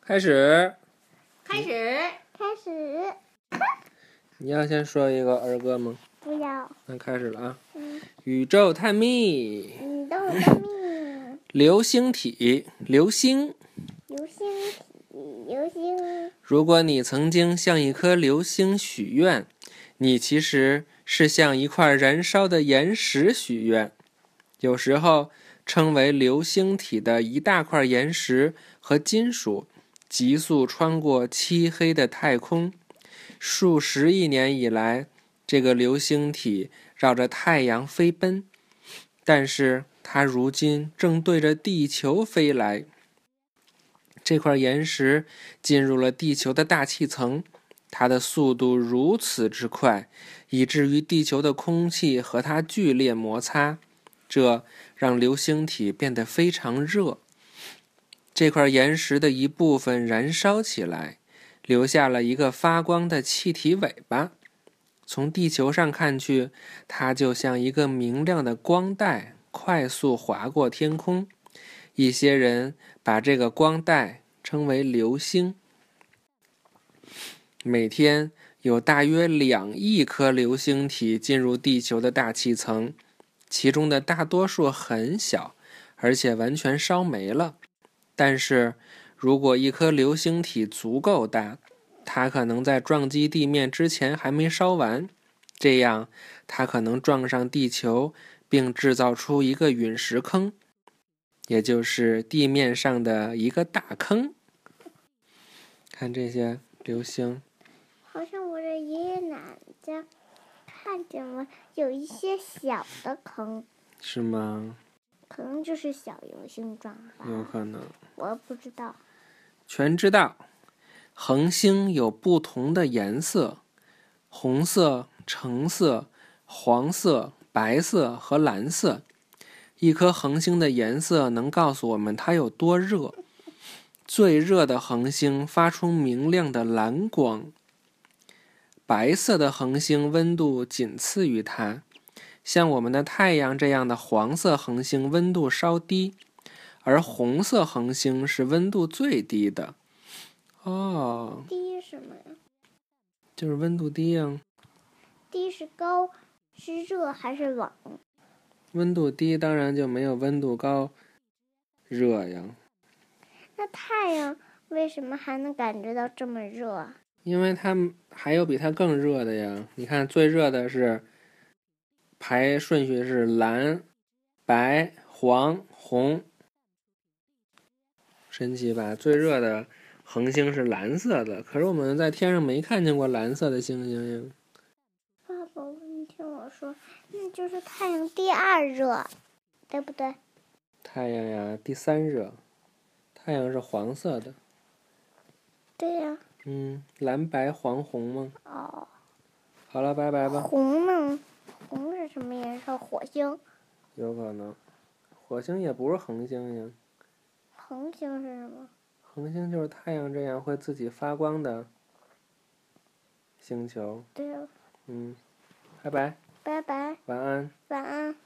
开始，开始，开始，你要先说一个儿歌吗？不要，那开始了啊！嗯宇宙探秘，你都生命，流星体，流星。流星体，流星，如果你曾经向一颗流星许愿，你其实是向一块燃烧的岩石许愿。有时候称为流星体的一大块岩石和金属，急速穿过漆黑的太空。数十亿年以来，这个流星体绕着太阳飞奔，但是它如今正对着地球飞来。这块岩石进入了地球的大气层，它的速度如此之快，以至于地球的空气和它剧烈摩擦，这让流星体变得非常热。这块岩石的一部分燃烧起来，留下了一个发光的气体尾巴。从地球上看去，它就像一个明亮的光带，快速划过天空。一些人把这个光带称为流星。每天有大约两亿颗流星体进入地球的大气层，其中的大多数很小，而且完全烧没了。但是，如果一颗流星体足够大，它可能在撞击地面之前还没烧完，这样它可能撞上地球，并制造出一个陨石坑。也就是地面上的一个大坑。看这些流星，好像我的爷爷奶奶看见了有一些小的坑，是吗？可能就是小流星撞有嗯吧，可能。我不知道。全知道，恒星有不同的颜色，红色、橙色、黄色、白色和蓝色。一颗恒星的颜色能告诉我们它有多热。最热的恒星发出明亮的蓝光，白色的恒星温度仅次于它。像我们的太阳这样的黄色恒星温度稍低，而红色恒星是温度最低的。哦，低是什么呀？就是温度低呀、低是高，是热还是冷？温度低当然就没有温度高热呀，那太阳为什么还能感觉到这么热啊？因为它们还有比它更热的呀。你看，最热的是排顺序是蓝、白、黄、红，神奇吧？最热的恒星是蓝色的，可是我们在天上没看见过蓝色的星星呀。爸爸，你听我说，那就是太阳第二热，对不对？太阳呀，第三热，太阳是黄色的，对呀、嗯，蓝白黄红吗？哦。好了，拜拜吧。红呢？红是什么颜色？火星。有可能，火星也不是恒星呀，恒星是什么？恒星就是太阳这样会自己发光的星球。对，嗯，拜拜，拜拜，晚安。晚安。